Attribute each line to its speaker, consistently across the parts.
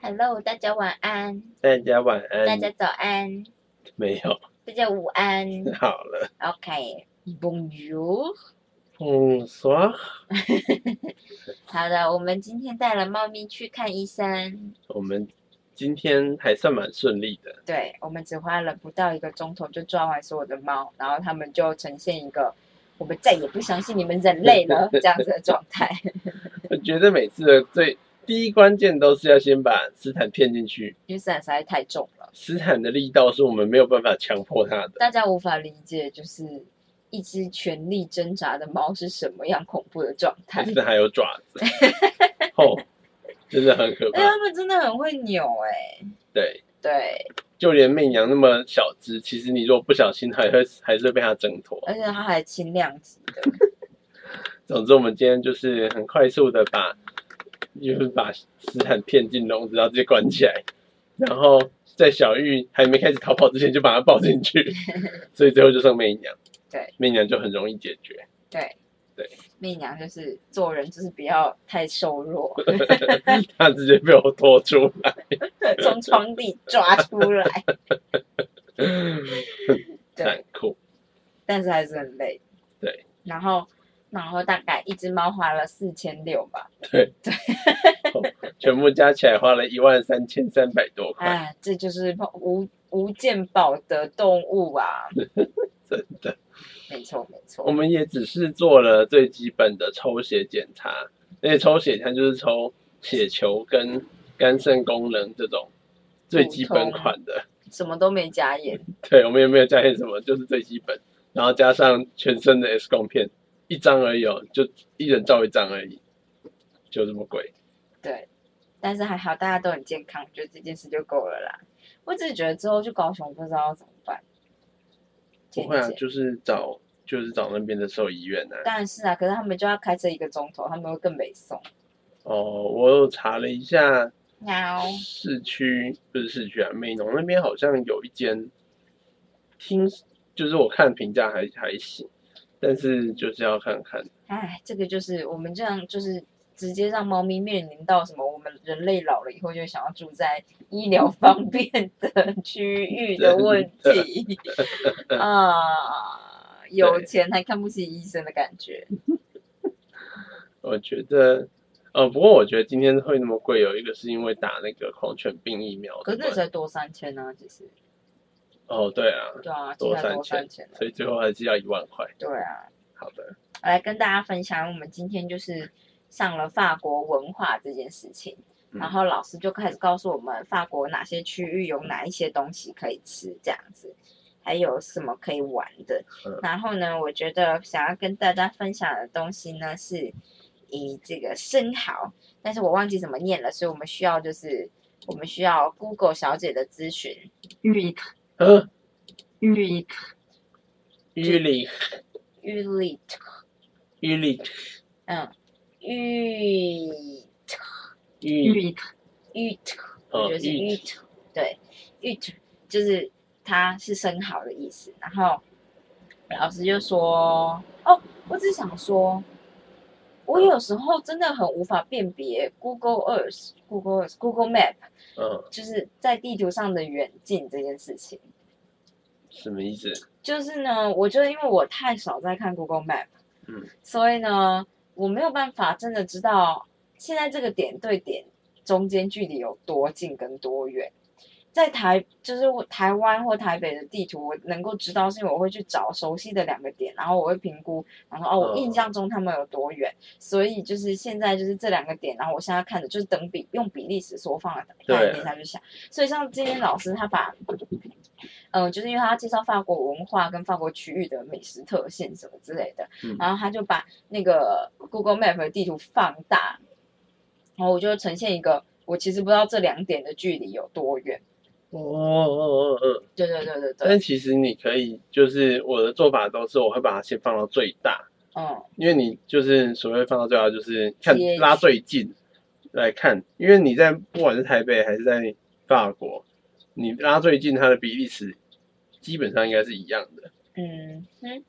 Speaker 1: Hello，大家晚安，
Speaker 2: 大家晚安。
Speaker 1: 大家早安，
Speaker 2: 没有，
Speaker 1: 大家午安。
Speaker 2: 好了。
Speaker 1: OK，Bonjour。
Speaker 2: 嗯，说
Speaker 1: 好的，我们今天带了猫咪去看医生，
Speaker 2: 我们今天还算蛮顺利的，
Speaker 1: 对我们只花了不到一个钟头就抓完所有的猫，然后它们就呈现一个我们再也不相信你们人类了这样子的状态。
Speaker 2: 我觉得每次的最第一关键都是要先把斯坦骗进去，
Speaker 1: 雨伞实在太重了，
Speaker 2: 斯坦的力道是我们没有办法强迫他的。
Speaker 1: 大家无法理解，就是一只全力挣扎的猫是什么样恐怖的状态 哎
Speaker 2: 但。是还有爪 子，哦，真的很可
Speaker 1: 哎，
Speaker 2: 怕。
Speaker 1: 它们真的很会扭哎、
Speaker 2: 对，
Speaker 1: 对，
Speaker 2: 就连媚娘那么小只，其实你如果不小心，还会还是会被它挣脱。
Speaker 1: 而且它还轻量级的。
Speaker 2: 总之，我们今天就是很快速的把，就是把斯坦骗进笼子，然后直接关起来，然后在小玉还没开始逃跑之前就把他抱进 去，所以最后就剩媚娘。
Speaker 1: 对，
Speaker 2: 媚娘就很容易解决。
Speaker 1: 对
Speaker 2: 对，
Speaker 1: 媚娘就是做人就是不要太瘦 弱，
Speaker 2: 她直接被我拖出来，
Speaker 1: 从床底抓出 来，对，
Speaker 2: 残酷。
Speaker 1: 但是还是很累。
Speaker 2: 对，
Speaker 1: 然后然后大概一只猫花了四千六吧，
Speaker 2: 对对，全部加起来花了一万三千三百多块，
Speaker 1: 哎，这就是无无鉴宝的动物啊，
Speaker 2: 真的。
Speaker 1: 没错没
Speaker 2: 我
Speaker 1: 错，
Speaker 2: 们也只是做了最基本的抽血检查，而且抽血它就是抽血球跟肝肾功能这种最基本款的。
Speaker 1: 什么都没加盐，
Speaker 2: 对，我们也没有加些什么，就是最基本，然后加上全身的 X 光片，一张而已哦，就一人照一张而已，就这么贵。
Speaker 1: 对，但是还好大家都很健康，我觉得这件事就够了啦。我只是觉得之后去高雄不知道要怎么办，
Speaker 2: 不
Speaker 1: 姐
Speaker 2: 会啊，
Speaker 1: 姐。
Speaker 2: 就是找就是找那边的兽医院啊。
Speaker 1: 当然是啊，可是他们就要开车一个钟头，他们会更没送。
Speaker 2: 哦，我有查了一下，
Speaker 1: 喵，
Speaker 2: 市区不是市区啊，美浓那边好像有一间，听就是我看评价还还行，但是就是要看看，
Speaker 1: 哎，这个就是我们这样，就是直接让猫咪面临到什么，我们人类老了以后就想要住在医疗方便的区域的 问题啊，有
Speaker 2: 对
Speaker 1: 钱还看不起医生的感觉。
Speaker 2: 我觉得。呃，不过我觉得今天会那么贵，哦有一个是因为打那个狂犬病疫苗
Speaker 1: 可
Speaker 2: 的
Speaker 1: 是那
Speaker 2: 关
Speaker 1: 才多三千呢，其实
Speaker 2: 哦，对啊，
Speaker 1: 对啊，
Speaker 2: 多
Speaker 1: 现在多
Speaker 2: 三
Speaker 1: 三千了，
Speaker 2: 所以最后还是要一万块。
Speaker 1: 对啊。
Speaker 2: 好的，
Speaker 1: 我来跟大家分享，我们今天就是上了法国文化这件事情，
Speaker 2: 嗯
Speaker 1: 然后老师就开始告诉我们法国哪些区域有哪一些东西可以吃，这样子，还有什么可以玩的。
Speaker 2: 嗯
Speaker 1: 然后呢，我觉得想要跟大家分享的东西呢是以这个生蚝，但是我忘记怎么念了，所以我们需要就是我们需要 Google 小姐的咨询。
Speaker 3: Huître,
Speaker 2: 嗯，
Speaker 3: huître,
Speaker 2: 玉里
Speaker 1: 玉里，
Speaker 2: 玉里
Speaker 1: 嗯，玉
Speaker 2: 玉
Speaker 3: huître,
Speaker 1: 玉特，
Speaker 2: 嗯哦
Speaker 1: 我觉得是玉特，对，玉特就是它是生蚝的意思。然后老师就说：“哦，我只想说，我有时候真的很无法辨别 Google Earth、Google Earth、Google Map，
Speaker 2: 嗯，
Speaker 1: 就是在地图上的远近这件事情。
Speaker 2: 什么意思？
Speaker 1: 就是呢，我觉得因为我太少在看 Google Map，
Speaker 2: 嗯，
Speaker 1: 所以呢，我没有办法真的知道现在这个点对点中间距离有多近跟多远。在台就是我台湾或台北的地图，我能够知道是因为我会去找熟悉的两个点，然后我会评估，然后哦，我
Speaker 2: 嗯
Speaker 1: 印象中他们有多远，所以就是现在就是这两个点，然后我现在看的就是等比用比例尺缩放的概念
Speaker 2: 对
Speaker 1: 下去想，所以像今天老师他把嗯、呃就是因为他要介绍法国文化跟法国区域的美食特性什么之类的，
Speaker 2: 嗯
Speaker 1: 然后他就把那个 Google Map 的地图放大，然后我就呈现一个我其实不知道这两点的距离有多远。
Speaker 2: 哦哦哦哦，
Speaker 1: 对对对对对，
Speaker 2: 但其实你可以，就是我的做法都是我会把它先放到最大，
Speaker 1: 嗯，
Speaker 2: 因为你就是所谓放到最大，就是看
Speaker 1: 接近
Speaker 2: 拉最近来看，因为你在不管是台北还是在法国，你拉最近它的比例尺基本上应该是一样的，
Speaker 1: 嗯哼，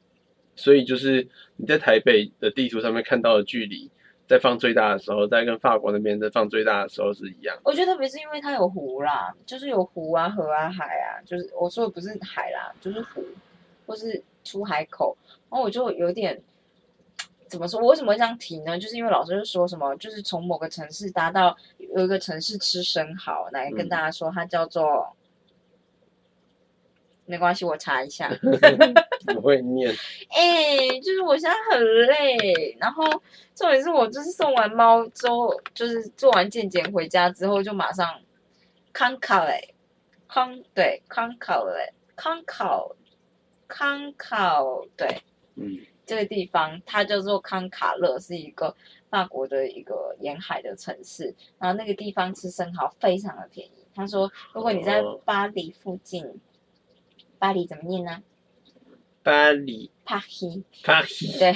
Speaker 2: 所以就是你在台北的地图上面看到的距离，在放最大的时候，在跟法国那边在放最大的时候是一样。
Speaker 1: 我觉得特别是因为它有湖啦，就是有湖啊、河啊、海啊，就是我说的不是海啦，就是湖，或是出海口。然后我就有点怎么说，我为什么会这样提呢？就是因为老师就说什么，就是从某个城市搭到有一个城市吃生蚝，来跟
Speaker 2: 嗯
Speaker 1: 大家说它叫做。没关系，我查一下。
Speaker 2: 不会念，
Speaker 1: 哎、就是我现在很累，然后重点是我就是送完猫之后，就是做完健检回家之后，就马上康考嘞，康对康考嘞，康考康考对
Speaker 2: 嗯，
Speaker 1: 这个地方，它叫做康卡勒，是一个法国的一个沿海的城市，然后那个地方吃生蚝非常的便宜。他说，如果你在
Speaker 2: 哦
Speaker 1: 巴黎附近，巴黎怎么念呢？
Speaker 2: 巴黎，
Speaker 1: 帕希。
Speaker 2: 巴黎，
Speaker 1: 对，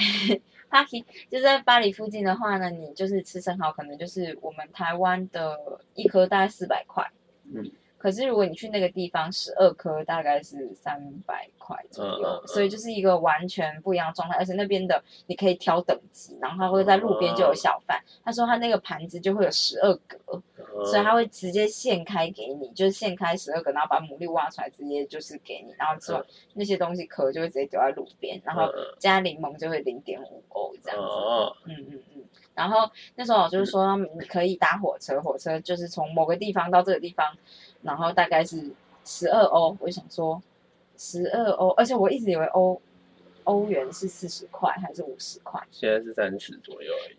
Speaker 1: 巴黎就在巴黎附近的话呢，你就是吃生蚝，可能就是我们台湾的一颗大概四百块。
Speaker 2: 嗯。
Speaker 1: 可是如果你去那个地方，十二颗大概是三百块左右，
Speaker 2: 嗯嗯嗯
Speaker 1: 所以就是一个完全不一样的状态。而且那边的你可以挑等级，然后他会在路边就
Speaker 2: 哦
Speaker 1: 有小贩，他说他那个盘子就会有十二格，所以他
Speaker 2: 哦
Speaker 1: 会直接现开给你，就是现开十二个，然后把牡蛎挖出来，直接就是给你，然后之后那些东西壳就会直接丢在路边，然后
Speaker 2: 嗯
Speaker 1: 加柠檬就会零点五欧这样子。
Speaker 2: 哦，
Speaker 1: 嗯嗯嗯。然后那时候我就是说，你可以搭火车，火车就是从某个地方到这个地方，然后大概是十二欧。我就想说，十二欧，而且我一直以为欧欧元是四十块还是五十块，
Speaker 2: 现在是三十左右而已。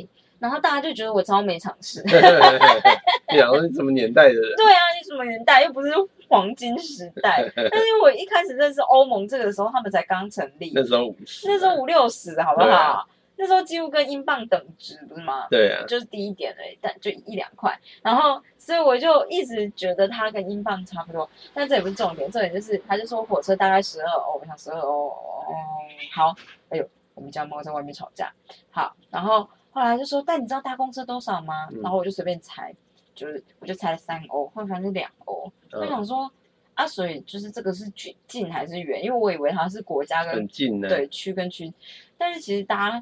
Speaker 1: 对。然后大家就觉得我超没常识。
Speaker 2: 你想说你什么年代的人？
Speaker 1: 对啊，你什么年代又不是黄金时代，但是我一开始认识欧盟这个的时候，他们才刚成立，
Speaker 2: 那时候五十，啊
Speaker 1: 那时候五六十，好不好？
Speaker 2: 对啊
Speaker 1: 那时候几乎跟英镑等值，不是吗？
Speaker 2: 对啊，
Speaker 1: 就是低一点而已，但就一两块。然后，所以我就一直觉得它跟英镑差不多，但这也不是重点，重点就是他就说火车大概十二欧，我想十二欧，哦，好，哎呦，我们家猫在外面吵架，好，然后后来就说，但你知道搭公车多少吗？
Speaker 2: 嗯
Speaker 1: 然后我就随便猜，就是我就猜了三欧，或者反正是两欧，我
Speaker 2: 嗯
Speaker 1: 想说。啊，所以就是这个是距近还是远？因为我以为它是国家跟
Speaker 2: 很近啊呢。
Speaker 1: 对区跟区，但是其实搭，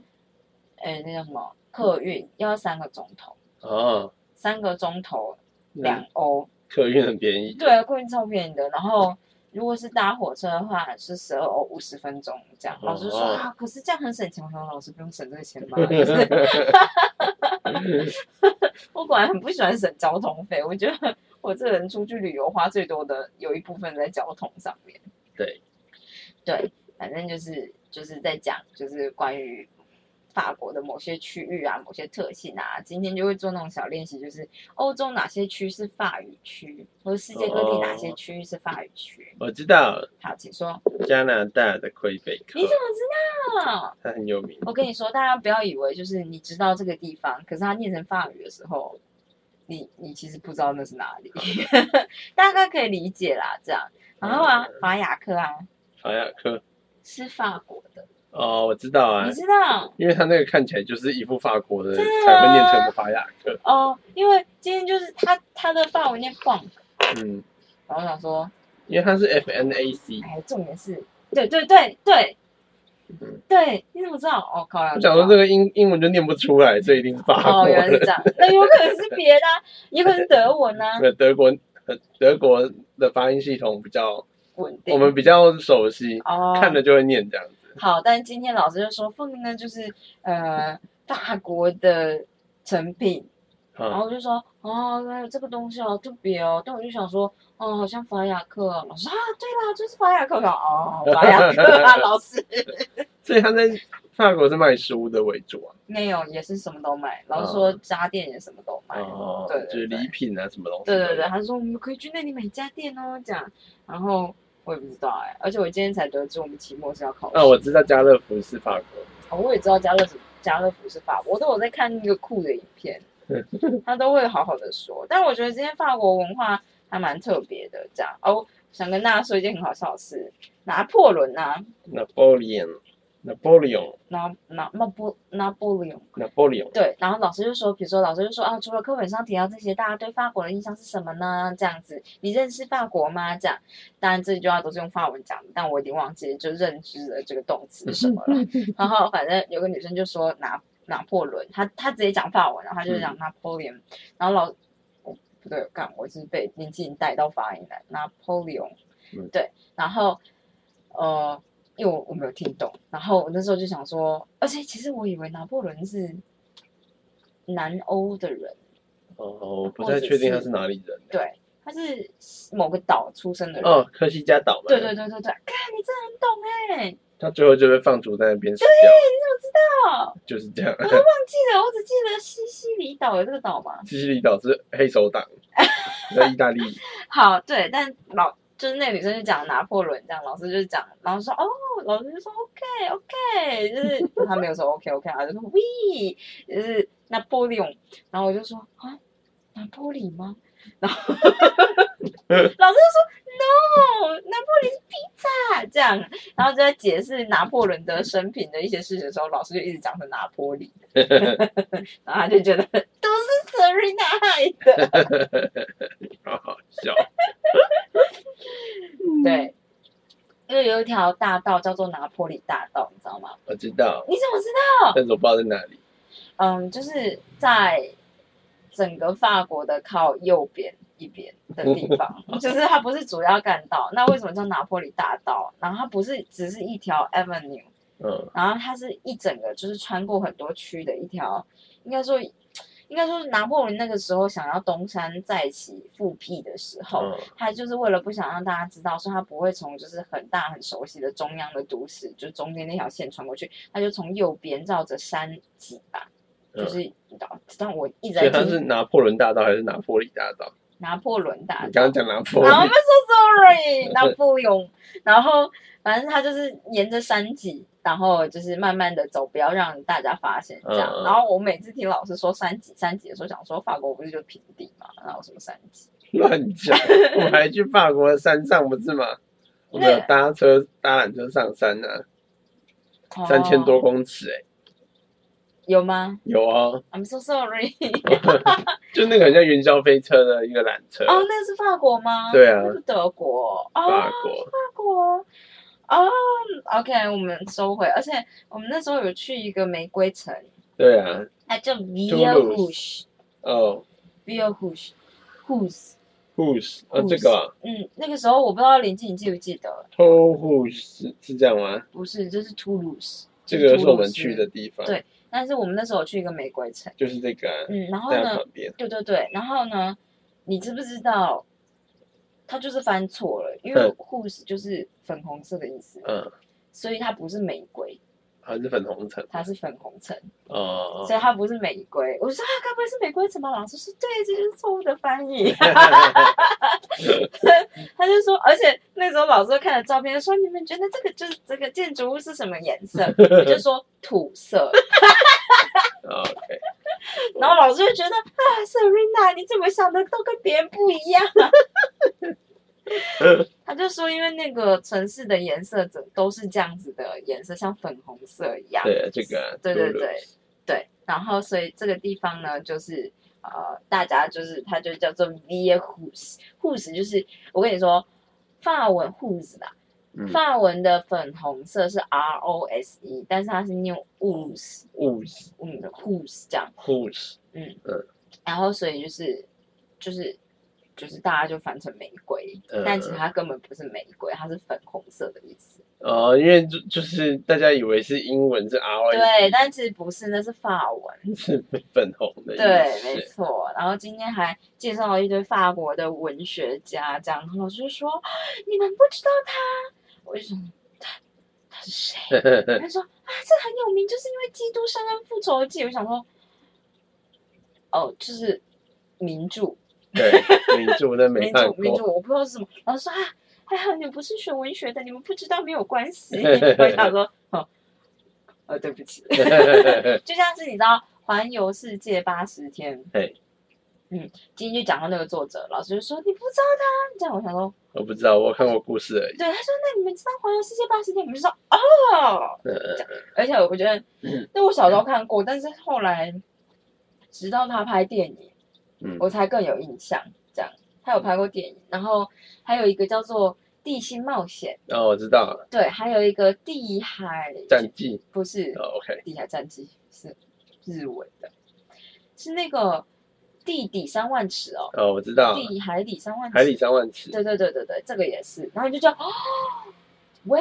Speaker 1: 哎，那叫什么客运要三个钟头，
Speaker 2: 哦，
Speaker 1: 三个钟头
Speaker 2: 那
Speaker 1: 两欧，
Speaker 2: 客运很便宜。
Speaker 1: 对，啊客运超便宜的。然后如果是搭火车的话是十二欧五十分钟这样。老师说
Speaker 2: 哦
Speaker 1: 啊，可是这样很省钱。我说老师不用省这个钱吧，就是我果然很不喜欢省交通费，我觉得我这人出去旅游花最多的有一部分在交通上面。
Speaker 2: 对，
Speaker 1: 对，反正就是就是在讲就是关于法国的某些区域啊、某些特性啊。今天就会做那种小练习，就是欧洲哪些区是法语区，或者世界各地哪些区域是法语区。
Speaker 2: 我知道
Speaker 1: 好，请说。
Speaker 2: 加拿大的魁北克
Speaker 1: 你，怎么知道？
Speaker 2: 它很有名。
Speaker 1: 嗯我跟你说，大家不要以为就是你知道这个地方，可是它念成法语的时候，你你其实不知道那是哪里， 大概可以理解啦。这样，然后啊，法雅克啊
Speaker 2: 法雅克。
Speaker 1: 是法国的，
Speaker 2: 哦，我知道啊
Speaker 1: 你，知道
Speaker 2: 因为它那个看起来就是一副法国的
Speaker 1: 真的
Speaker 2: 才会念
Speaker 1: 吗
Speaker 2: 成法雅克。
Speaker 1: 哦？因为今天就是他他的法文念 funk，
Speaker 2: 嗯，
Speaker 1: 然后我想说，
Speaker 2: 因为它是 F N A C。
Speaker 1: 哎，重点是，对对对对
Speaker 2: 嗯
Speaker 1: 对，你怎么知道？哦，靠呀！
Speaker 2: 我想说这个英英文就念不出来，这一定是法
Speaker 1: 哦，
Speaker 2: 国
Speaker 1: 原来是
Speaker 2: 的。
Speaker 1: 这样，那有可能是别的啊、也可能是德文 啊，
Speaker 2: 没有德国，呃德国的发音系统比较
Speaker 1: 稳定。
Speaker 2: 我们比较熟悉，
Speaker 1: 哦，
Speaker 2: 看了就会念这样子。
Speaker 1: 好，但今天老师就说凤呢就是呃法国的成品，然
Speaker 2: 啊，
Speaker 1: 后我就说哦，原来有这个东西好特别哦，但我就想说哦，好像法雅克哦，老师说啊，对啦，就是法雅克我说哦，法雅克 啊，老师
Speaker 2: 所以他在法国是卖书的为主啊，
Speaker 1: 没有，也是什么都卖，老师说家电也什么都卖，
Speaker 2: 嗯哦
Speaker 1: 对，
Speaker 2: 就
Speaker 1: 对
Speaker 2: 是
Speaker 1: 对
Speaker 2: 礼品啊什么东西。
Speaker 1: 对对对，，他说我们可以去那里买家电哦，这样，然后我也不知道哎、而且我今天才得知我们期末是要考试，
Speaker 2: 那啊我知道家乐福是法国，
Speaker 1: 哦，我也知道家乐福家乐福是法国，我都有在看那个酷的影 片，他都会好好的说。但我觉得今天法国文化还蛮特别的，这样哦。想跟大家说一件很好笑的事，拿破仑啊，
Speaker 2: Napoleon。Napoleon，
Speaker 1: 拿拿拿波拿破仑，
Speaker 2: Napoleon，
Speaker 1: 对，然后老师就说，比如说老师就说啊，除了课本上提到这些，大家对法国的印象是什么呢？这样子，你认识法国吗？这样，当然这句话都是用法文讲的，但我有点忘记就认知的这个动词是什么了。然后反正有个女生就说拿拿破仑，他他直接讲法文，然后他就
Speaker 2: 嗯
Speaker 1: 讲 Napoleon，、然后老我不对，干我是被年纪带到发音来 Napoleon，、
Speaker 2: 嗯
Speaker 1: 对，然后呃，因为我我没有听懂，然后我那时候就想说，而且其实我以为拿破仑是南欧的人，
Speaker 2: 哦，我不太确定他是哪里人。
Speaker 1: 对，他是某个岛出生的人，
Speaker 2: 哦，科西嘉岛嘛。
Speaker 1: 对对对对对，看你真的很懂哎、
Speaker 2: 他最后就被放逐在那边死掉，
Speaker 1: 哦，
Speaker 2: 就是这样。
Speaker 1: 忘记了，我只记得西西里岛有这个岛嘛。
Speaker 2: 西西里岛是黑手党，在意大利。
Speaker 1: 好，对，但老就是那个女生就讲拿破仑这样，老师就讲，然后说哦，老师就说 OK OK，就是他没有说 OK OK，他就说 We，就是拿破仑，然后我就说啊，拿破里吗？然后老师就说 No，拿破里是披萨这样，然后就在解释拿破仑的生平的一些事情的时候，老师就一直讲成拿破里， 然后他就觉得都是 Serena 害的。
Speaker 2: 好好笑。
Speaker 1: 对，因为有一条大道叫做拿坡里大道，你知道吗？
Speaker 2: 我知道，
Speaker 1: 你怎么知道？
Speaker 2: 但是我不知道在哪里。
Speaker 1: 嗯，就是在整个法国的靠右边一边的地方，就是它不是主要干道。那为什么叫拿坡里大道？然后它不是只是一条 avenue，
Speaker 2: 嗯，
Speaker 1: 然后它是一整个就是穿过很多区的一条，应该说。应该说，拿破仑那个时候想要东山再起复辟的时候，
Speaker 2: 嗯
Speaker 1: 他就是为了不想让大家知道，说他不会从就是很大很熟悉的中央的都市，就中间那条线穿过去，他就从右边绕着山脊吧，
Speaker 2: 嗯
Speaker 1: 就是、你知道，但我一直
Speaker 2: 所
Speaker 1: 在
Speaker 2: 以他是
Speaker 1: 听
Speaker 2: 拿破仑大道还是拿破里大道？
Speaker 1: 拿破仑大啊
Speaker 2: 你刚刚讲拿破
Speaker 1: 然后我
Speaker 2: 里
Speaker 1: 们， 说 sorry，拿破仑，然后反正他就是沿着山脊，然后就是慢慢的走，不要让大家发现这样。
Speaker 2: 嗯嗯
Speaker 1: 然后我每次听老师说山脊山脊的时候，想说法国不是就平地嘛，哪有什么山脊？
Speaker 2: 乱讲。我们还去法国的山上不是吗？我们有搭车搭缆车上山呢、啊三千
Speaker 1: 哦
Speaker 2: 多公尺哎、
Speaker 1: 有吗
Speaker 2: 有哦，
Speaker 1: ？I'm so sorry。
Speaker 2: 就那个很像云霄飞车的一个缆车，
Speaker 1: 哦，那是法国吗？
Speaker 2: 对啊
Speaker 1: 那是德国哦，
Speaker 2: 法
Speaker 1: 法
Speaker 2: 国，
Speaker 1: 国哦。OK，我们收回。而且我们那时候有去一个玫瑰城，
Speaker 2: 对啊，
Speaker 1: 它叫 Via
Speaker 2: Toulouse
Speaker 1: Hush，Via
Speaker 2: 哦
Speaker 1: Hush，Hus。
Speaker 2: ，Hus 啊，这个啊
Speaker 1: 嗯，那个时候我不知道林静你记不记得，
Speaker 2: 偷 Hus 是这样吗？
Speaker 1: 不是，这是 Toulouse，
Speaker 2: 这个是我
Speaker 1: 图
Speaker 2: 们
Speaker 1: 鲁斯
Speaker 2: 去的地方，
Speaker 1: 对但是我们那时候有去一个玫瑰城，
Speaker 2: 就是这个、啊，
Speaker 1: 嗯，然后
Speaker 2: 在它
Speaker 1: 呢，
Speaker 2: 旁边，
Speaker 1: 对对对，然后呢，你知不知道，它就是翻错了，因为
Speaker 2: 嗯
Speaker 1: Hush 就是粉红色的意思，
Speaker 2: 嗯，
Speaker 1: 所以它不是玫瑰，
Speaker 2: 好像是粉红城，
Speaker 1: 它是粉红橙，
Speaker 2: 哦，
Speaker 1: 所以它不是玫瑰。我说啊，该不会是玫瑰橙吧？老师说对，这就是错误的翻译。 他就说，而且那时候老师看了照片，说你们觉得这个就是这个建筑物是什么颜色？我就说土色。
Speaker 2: OK，
Speaker 1: 然后老师就觉得啊，Serena，你怎么想的都跟别人不一样、啊？他就说，因为那个城市的颜色整都是这样子的颜色，像粉红色一样。
Speaker 2: 对，这个、啊，
Speaker 1: 对对对
Speaker 2: Toulouse
Speaker 1: 对，然后所以这个地方呢，就是呃，大家就是它就叫做 Via Hus，Hus 就是我跟你说，法文 Hus 啦，
Speaker 2: 嗯
Speaker 1: 法文的粉红色是 R O S E，但是它是念 Hus，
Speaker 2: ，Hus
Speaker 1: 嗯，Hus 这样，
Speaker 2: Hus，
Speaker 1: 然后所以就是就是就是大家就翻成玫瑰，
Speaker 2: 嗯
Speaker 1: 但其实它根本不是玫瑰，它是粉红色的意思。
Speaker 2: 哦，因为就就是大家以为是英文是 R，
Speaker 1: 对，但其实不是，那是法文。
Speaker 2: 是粉红的意
Speaker 1: 对，
Speaker 2: 思，
Speaker 1: 没错。然后今天还介绍了一堆法国的文学家，这样，然后老师就说啊你们不知道他，我就想他他是谁？他说啊，这很有名，就是因为《基督山恩复仇记》。我想说，哦，就是名著，
Speaker 2: 对，名著但没
Speaker 1: 名
Speaker 2: 看
Speaker 1: 著，名
Speaker 2: 过，
Speaker 1: 著，我不知道是什么。老师说啊，还好你不是学文学的，你们不知道没有关系。我想说，哦，呃、对不起。就像是你知道环游世界八十天，
Speaker 2: 嘿
Speaker 1: 嗯，今天就讲到那个作者，老师就说你不知道他，这样我想说，
Speaker 2: 我不知道，我看过故事而已，
Speaker 1: 对，他说那你们知道环游世界八十天，我们就说哦，
Speaker 2: 嗯
Speaker 1: 而且我觉得，那我小时候看过，但是后来直到他拍电影，
Speaker 2: 嗯
Speaker 1: 我才更有印象，这样他有拍过电影，然后还有一个叫做。地心冒险，
Speaker 2: 哦，我知道了，
Speaker 1: 对，还有一个地海
Speaker 2: 战绩
Speaker 1: 不是
Speaker 2: 哦，OK，
Speaker 1: 地海战记，是日文的，是那个地底三万尺哦，
Speaker 2: 哦，我知道，
Speaker 1: 地海底三万尺，
Speaker 2: 海底三万尺，
Speaker 1: 对对对对对，这个也是，然后就叫哦，喂，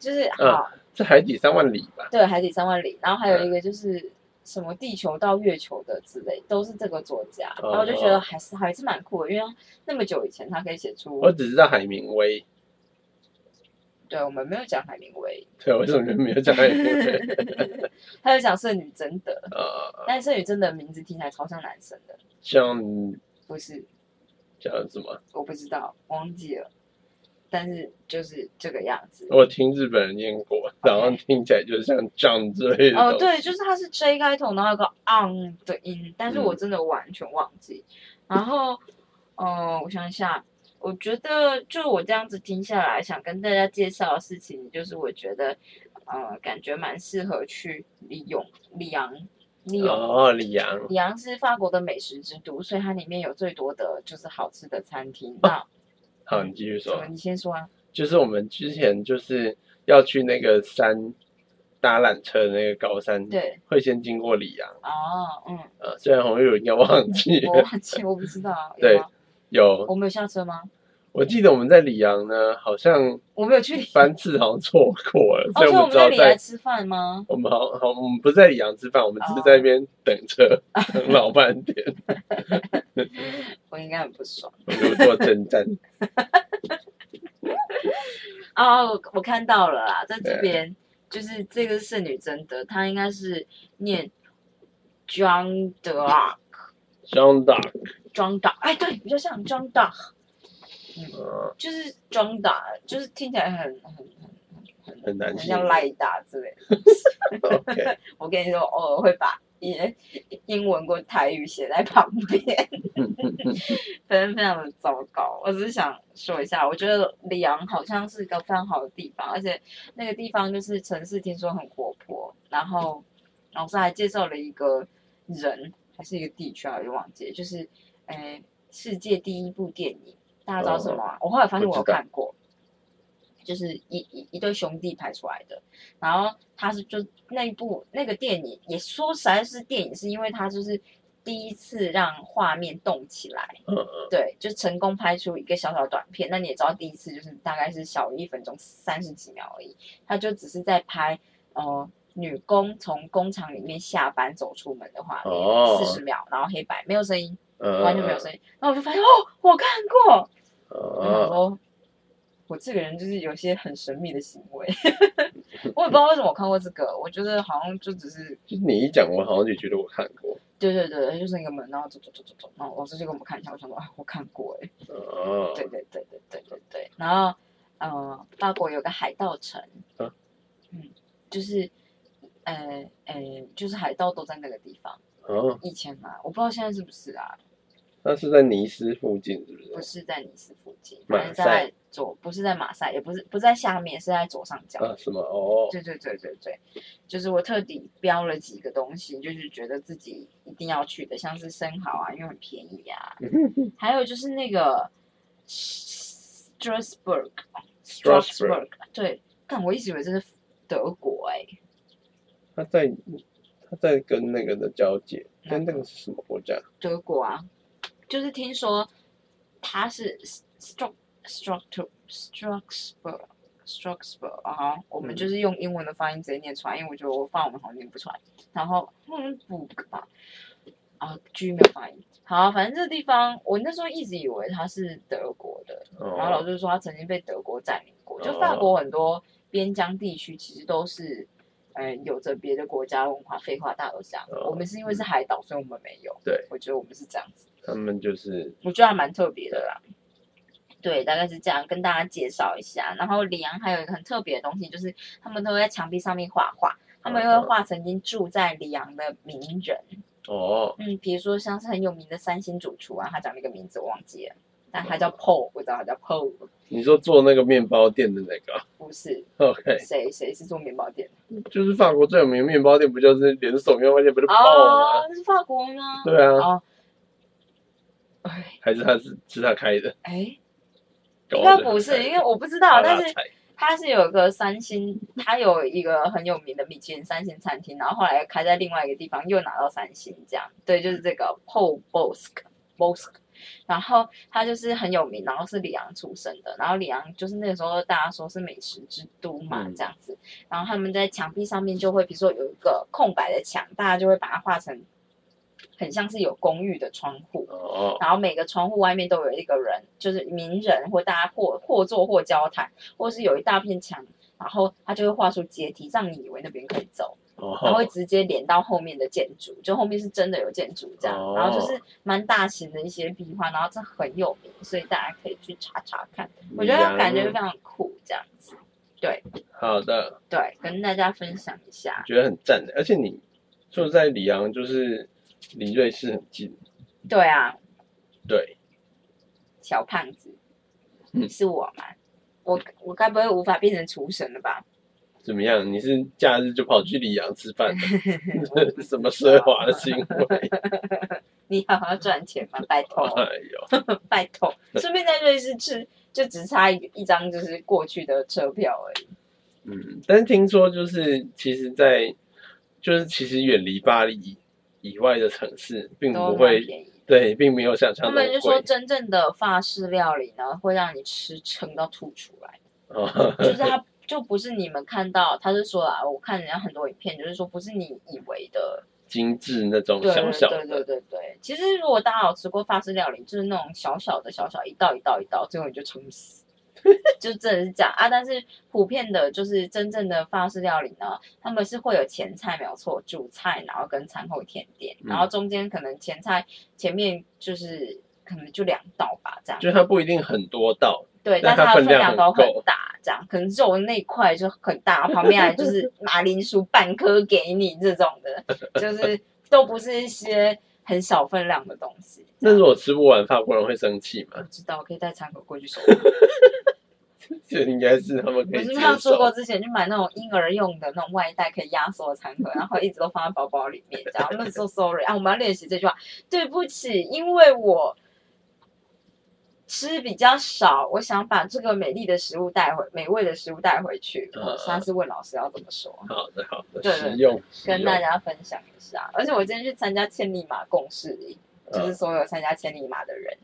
Speaker 1: 就是
Speaker 2: 嗯
Speaker 1: 好，
Speaker 2: 是海底三万里吧？
Speaker 1: 对，海底三万里，然后还有一个就是
Speaker 2: 嗯
Speaker 1: 什么地球到月球的之类，都是这个作家，
Speaker 2: 哦
Speaker 1: 然后我就觉得还是还是蛮酷的，因为那么久以前他可以写出，
Speaker 2: 我只知道海明威，
Speaker 1: 对我们没有讲海明威，
Speaker 2: 对，为什么你们没有讲海明威？
Speaker 1: 他有讲圣女贞德，
Speaker 2: 呃，
Speaker 1: 但是圣女贞德名字听起来超像男生的，
Speaker 2: 像
Speaker 1: 不是，
Speaker 2: 讲什么？
Speaker 1: 我不知道，忘记了，但是就是这个样子。
Speaker 2: 我听日本人念过，然后听起来就像 John 之类的东西。
Speaker 1: 哦，对，就是它是 J 开头，然后有个 on 的音，但是
Speaker 2: 嗯
Speaker 1: 我真的完全忘记。然后，呃，我想一下，我觉得就我这样子听下来，想跟大家介绍的事情，就是我觉得，呃，感觉蛮适合去利用里昂，利用。
Speaker 2: 哦，李阳，
Speaker 1: 里昂是法国的美食之都，所以它里面有最多的就是好吃的餐
Speaker 2: 哦
Speaker 1: 厅。那
Speaker 2: 好，你继续
Speaker 1: 什
Speaker 2: 说
Speaker 1: 么？。你先说啊。
Speaker 2: 就是我们之前就是要去那个山搭缆车的那个高山，，
Speaker 1: 对，
Speaker 2: 会先经过里昂。
Speaker 1: 哦，嗯，
Speaker 2: 呃，虽然红玉我应该忘记
Speaker 1: 我
Speaker 2: 了，
Speaker 1: 忘记，我不知道啊。有
Speaker 2: 对
Speaker 1: 吗，
Speaker 2: 有，
Speaker 1: 我没有下车吗？
Speaker 2: 我记得我们在里昂呢，好像
Speaker 1: 我没有去里
Speaker 2: 班次好像错过了，
Speaker 1: 哦，
Speaker 2: 所
Speaker 1: 所
Speaker 2: 以
Speaker 1: 以我
Speaker 2: 我们
Speaker 1: 们
Speaker 2: 只
Speaker 1: 在
Speaker 2: 好
Speaker 1: 里来
Speaker 2: 在。
Speaker 1: 吃饭吗？
Speaker 2: 我们好好，我们不是在里昂吃饭，我们只是
Speaker 1: 哦
Speaker 2: 在那边等车，等老半天，
Speaker 1: 我应该很不爽。
Speaker 2: 我们做征战。
Speaker 1: 哦，我我看到了啦，在这边就是这个圣女贞德，她应该是念 John d a r
Speaker 2: John Doc，
Speaker 1: John d a r 哎，对，比较像 John d a r
Speaker 2: 呃，
Speaker 1: 就是 John d a r 就是听起来很很很
Speaker 2: 很难
Speaker 1: 很
Speaker 2: 记
Speaker 1: 像赖达之类的。
Speaker 2: OK，
Speaker 1: 我跟你说，偶尔会把英英文跟台语写在旁边。 反正非常的糟糕。我只是想说一下，我觉得里昂好像是一个非常好的地方，而且那个地方就是城市听说很活泼。然后老师还介绍了一个人，还是一个地区啊，我就忘记了，就是诶世界第一部电影，大家知道什么啊、我后来发现我有
Speaker 2: 不知道
Speaker 1: 看过。就是一一一对兄弟拍出来的，然后他是就那一部那个电影，也说实在是电影，是因为他就是第一次让画面动起来，
Speaker 2: 嗯嗯，
Speaker 1: 对，就成功拍出一个小小短片。那你也知道，第一次就是大概是小于一分钟三十几秒而已，他就只是在拍呃女工从工厂里面下班走出门的画面，
Speaker 2: 哦
Speaker 1: 四十、秒，然后黑白没有声音，
Speaker 2: 嗯
Speaker 1: 完全没有声音。然后我就发现哦，我看过，我想
Speaker 2: 哦，
Speaker 1: 说，我这个人就是有些很神秘的行为， 我也不知道为什么我看过这个，我觉得好像就只是
Speaker 2: 就是你一讲，我好像就觉得我看过。
Speaker 1: 对对对，就是那个门，然后走走走走走，然后老师就给我们看一下，我想说啊，我看过哎、
Speaker 2: 哦，
Speaker 1: 对对对对对对对。然后，呃，法国有个海盗城，
Speaker 2: 啊
Speaker 1: 嗯，就是，呃呃，就是海盗都在那个地方。
Speaker 2: 哦，
Speaker 1: 以前嘛，我不知道现在是不是啊，
Speaker 2: 那是在尼斯附近，是不
Speaker 1: 不
Speaker 2: 是？
Speaker 1: 是在尼斯附近，
Speaker 2: 马
Speaker 1: 反正
Speaker 2: 赛
Speaker 1: 在左，不是在马赛，也不是不是在下面，是在左上角。
Speaker 2: 啊，什么？哦，
Speaker 1: 对对对对对，就是我特地标了几个东西，就是觉得自己一定要去的，像是生蚝啊，因为很便宜啊，还有就是那个 Strasbourg
Speaker 2: Strasbourg
Speaker 1: 对，但我一直以为这是德国哎、
Speaker 2: 他在他在跟那个的交界，
Speaker 1: 嗯
Speaker 2: 但那个是什么国家？
Speaker 1: 德国啊，就是听说它是 Stro Stro Strasbourg Strasbourg 啊，我们
Speaker 2: 嗯
Speaker 1: 就是用英文的发音直接念出来，因为我觉得我发文好像念不出来。然后嗯不吧，啊，居没有发音。好，反正这个地方我那时候一直以为它是德国的，然后老
Speaker 2: 哦，
Speaker 1: 师说他曾经被德国占领过，就
Speaker 2: 哦
Speaker 1: 法国很多边疆地区其实都是，呃，有着别的国家文化。废话大都这样，
Speaker 2: 哦
Speaker 1: 我们是因为是海岛，所以我们没有。
Speaker 2: 对，
Speaker 1: 我觉得我们是这样子，
Speaker 2: 他们就是
Speaker 1: 我觉得还蛮特别的啦。对，大概是这样跟大家介绍一下。然后里昂还有一个很特别的东西，就是他们都会在墙壁上面画画，他们
Speaker 2: 嗯
Speaker 1: 会
Speaker 2: 嗯
Speaker 1: 画曾经住在里昂的名人。
Speaker 2: 哦，
Speaker 1: 嗯，比如说像是很有名的三星主厨啊，他讲那个名字我忘记了，但他叫
Speaker 2: 嗯
Speaker 1: Paul，我知道他叫 Paul，
Speaker 2: 你说做那个面包店的那个
Speaker 1: 不是。
Speaker 2: ，OK，
Speaker 1: 谁谁是做面包店？
Speaker 2: 就是法国最有名的面包店，不就是连锁面包店，不是爆吗？
Speaker 1: 哦，是法国吗？
Speaker 2: 对啊，
Speaker 1: 哦，哎
Speaker 2: 还是他是是他开的，
Speaker 1: 哎，
Speaker 2: 搞
Speaker 1: 应
Speaker 2: 得
Speaker 1: 该不
Speaker 2: 很
Speaker 1: 是，
Speaker 2: 开
Speaker 1: 因为我不知道，
Speaker 2: 发
Speaker 1: 但
Speaker 2: 大
Speaker 1: 是
Speaker 2: 财
Speaker 1: 它是有一个三星，它有一个很有名的米其林三星餐厅，然后后来开在另外一个地方，又拿到三星，这样对，就是这个 Paul Bosk Bosk，然后他就是很有名，然后是里昂出生的，然后里昂就是那个时候大家说是美食之都嘛，
Speaker 2: 嗯
Speaker 1: 这样子，然后他们在墙壁上面就会，比如说有一个空白的墙，大家就会把它画成很像是有公寓的窗户，
Speaker 2: 哦，
Speaker 1: 然后每个窗户外面都有一个人，就是名人或大家或或坐或交谈，或是有一大片墙，然后他就会画出阶梯，让你以为那边可以走，
Speaker 2: 哦
Speaker 1: 然后会直接连到后面的建筑，就后面是真的有建筑这样，
Speaker 2: 哦
Speaker 1: 然后就是蛮大型的一些壁画，然后这很有名，所以大家可以去查查看，
Speaker 2: 嗯
Speaker 1: 我觉得感觉非常酷这样子，
Speaker 2: 好的，
Speaker 1: 对，跟大家分享一下，
Speaker 2: 觉得很赞的，而且你住在里昂，就是离瑞士很近，
Speaker 1: 对啊，
Speaker 2: 对，
Speaker 1: 小胖子，
Speaker 2: 嗯
Speaker 1: 是我吗？我我该不会无法变成厨神了吧？
Speaker 2: 怎么样？你是假日就跑去里昂吃饭 的，什么奢华的行为？
Speaker 1: 你好好赚钱 吧，拜托，
Speaker 2: 哎呦，
Speaker 1: 拜托。顺便在瑞士吃，就只差一一张就是过去的车票而已。
Speaker 2: 嗯，但是听说就是其实在，就是其实远离巴黎以外的城市，并
Speaker 1: 都蛮
Speaker 2: 不嗯会
Speaker 1: 便宜。
Speaker 2: 对，并没有想
Speaker 1: 他
Speaker 2: 象
Speaker 1: 们就
Speaker 2: 中
Speaker 1: 说
Speaker 2: 贵。
Speaker 1: 真正的法式料理呢，会让你吃撑到吐出 来，
Speaker 2: 哦，
Speaker 1: 就是它就不是你们看到，他是说啊，我看人家很多影片，就是说不是你以为的，
Speaker 2: 精致那种
Speaker 1: 对
Speaker 2: 小
Speaker 1: 对
Speaker 2: 小
Speaker 1: 对对
Speaker 2: 的，
Speaker 1: 对对。其实如果大家有吃过法式料理，就是那种小小的小小一道一道一道，最后你就撑死。 就真的是这样啊。但是普遍的，就是真正的法式料理呢，他们是会有前菜没有错，主菜，然后跟餐后甜点，
Speaker 2: 嗯
Speaker 1: 然后中间可能前菜前面就是可能就两道吧，这样
Speaker 2: 就是它不一定很多道，
Speaker 1: 对，
Speaker 2: 但
Speaker 1: 但是它
Speaker 2: 它
Speaker 1: 的
Speaker 2: 分
Speaker 1: 分量
Speaker 2: 量
Speaker 1: 都
Speaker 2: 很
Speaker 1: 很
Speaker 2: 够
Speaker 1: 大，这样可能肉那一块就很大，旁边还就是 马铃薯半颗给你这种的，就是都不是一些很小分量的东西。
Speaker 2: 那如果吃不完，法国人会生气吗？
Speaker 1: 不知道，可以带餐盒过去收。
Speaker 2: 这应该是他们可
Speaker 1: 我是
Speaker 2: 以哎接
Speaker 1: 没有出
Speaker 2: 受
Speaker 1: 国。之前去买那种婴儿用的那种外带，可以压缩的餐盒，然后一直都放在包包里面。这样，我们说 sorry 啊，我们要练习这句话。对不起，因为我吃比较少，我想把这个美丽的食物带回，美味的食物带回去。我
Speaker 2: 呃
Speaker 1: 下次问老师要怎么说，
Speaker 2: 好的，好的，
Speaker 1: 对对
Speaker 2: 实用，实
Speaker 1: 跟
Speaker 2: 用
Speaker 1: 大家分享一下。而且我今天去参加千里马共事营，就是
Speaker 2: 呃
Speaker 1: 所有参加千里马的人，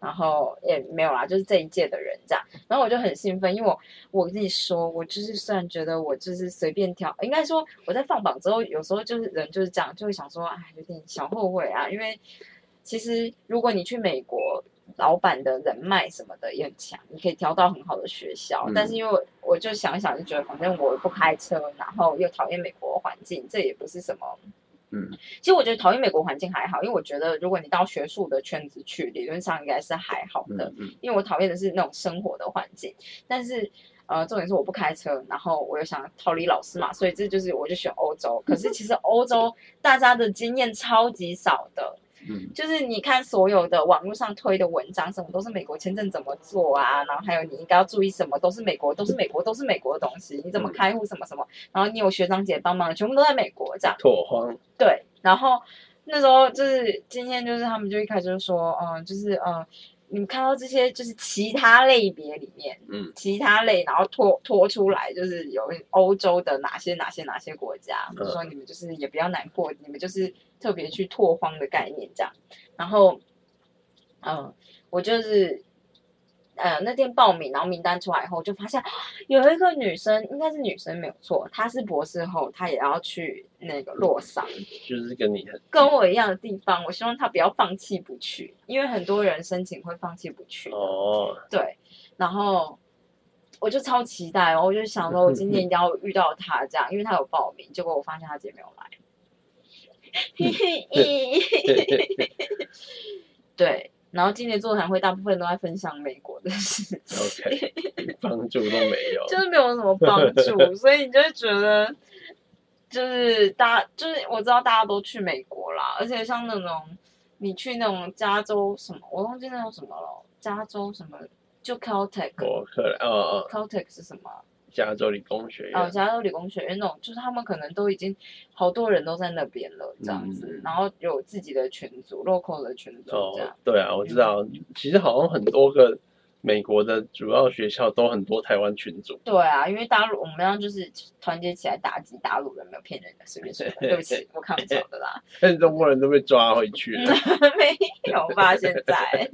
Speaker 1: 然后也没有啦，就是这一届的人这样。然后我就很兴奋，因为我我跟你说，我就是虽然觉得我就是随便挑，应该说我在放榜之后，有时候就是人就是这样，就会想说，哎，有点小后悔啊，因为其实如果你去美国。老板的人脉什么的也很强，你可以挑到很好的学校。
Speaker 2: 嗯
Speaker 1: 但是因为我我就想一想，就觉得反正我不开车，然后又讨厌美国环境，这也不是什么
Speaker 2: 嗯
Speaker 1: 其实我觉得讨厌美国环境还好，因为我觉得如果你到学术的圈子去，理论上应该是还好的。
Speaker 2: 嗯嗯，
Speaker 1: 因为我讨厌的是那种生活的环境。但是呃，重点是我不开车，然后我又想逃离老师嘛，所以这就是我就选欧洲。可是其实欧洲大家的经验超级少的，
Speaker 2: 嗯
Speaker 1: 就是你看所有的网络上推的文章，什么都是美国签证怎么做啊，然后还有你应该要注意什么，都是美国，都是美国，都是美国的东西，你怎么开户什么什么，然后你有学长姐帮忙，全部都在美国这样。
Speaker 2: 拓荒，
Speaker 1: 对，然后那时候就是今天就是他们就一开始就说，嗯，就是嗯，你们看到这些就是其他类别里面，
Speaker 2: 嗯，
Speaker 1: 其他类，然后拖拖出来，就是有欧洲的哪些哪些哪些国家，就说你们就是也不要难过，你们就是特别去拓荒的概念这样。然后，嗯，我就是，呃，那天报名，然后名单出来以后，就发现啊有一个女生，应该是女生没有错，她是博士后，她也要去那个洛桑，
Speaker 2: 就是跟你很
Speaker 1: 跟我一样的地方。我希望她不要放弃不去，因为很多人申请会放弃不去。
Speaker 2: 哦，
Speaker 1: 对，然后我就超期待哦，我就想说，我今天一定要遇到他这样，因为他有报名，结果我发现他姐没有 来。对，然后今年座谈会大部分都在分享美国的事
Speaker 2: 哦
Speaker 1: 情，
Speaker 2: OK，帮助都没 有。
Speaker 1: 就是没有什么帮助，所以你就会觉得。就是大家，就是我知道大家都去美国啦，而且像那种你去那种加州什么，我忘记那种什么了，加州什么就 Caltech，
Speaker 2: 伯克莱，哦哦，
Speaker 1: Caltech 是什么啊？
Speaker 2: 加州理工学
Speaker 1: 哦，
Speaker 2: 院，
Speaker 1: 加州理工学院那种，就是他们可能都已经好多人都在那边了，这样子，
Speaker 2: 嗯哦
Speaker 1: 然后有自己的群组，local 的群组这样。嗯
Speaker 2: 哦，对啊，我知道，其实好像很多个美国的主要学校都很多台湾群组，
Speaker 1: 对啊，因为大陆我们要就是团结起来打击大陆人，没有骗人的，随便说的，对不 起，我看不着的啦，
Speaker 2: 但是中国人都被抓回去
Speaker 1: 嗯
Speaker 2: 了。
Speaker 1: 没有吧？现在，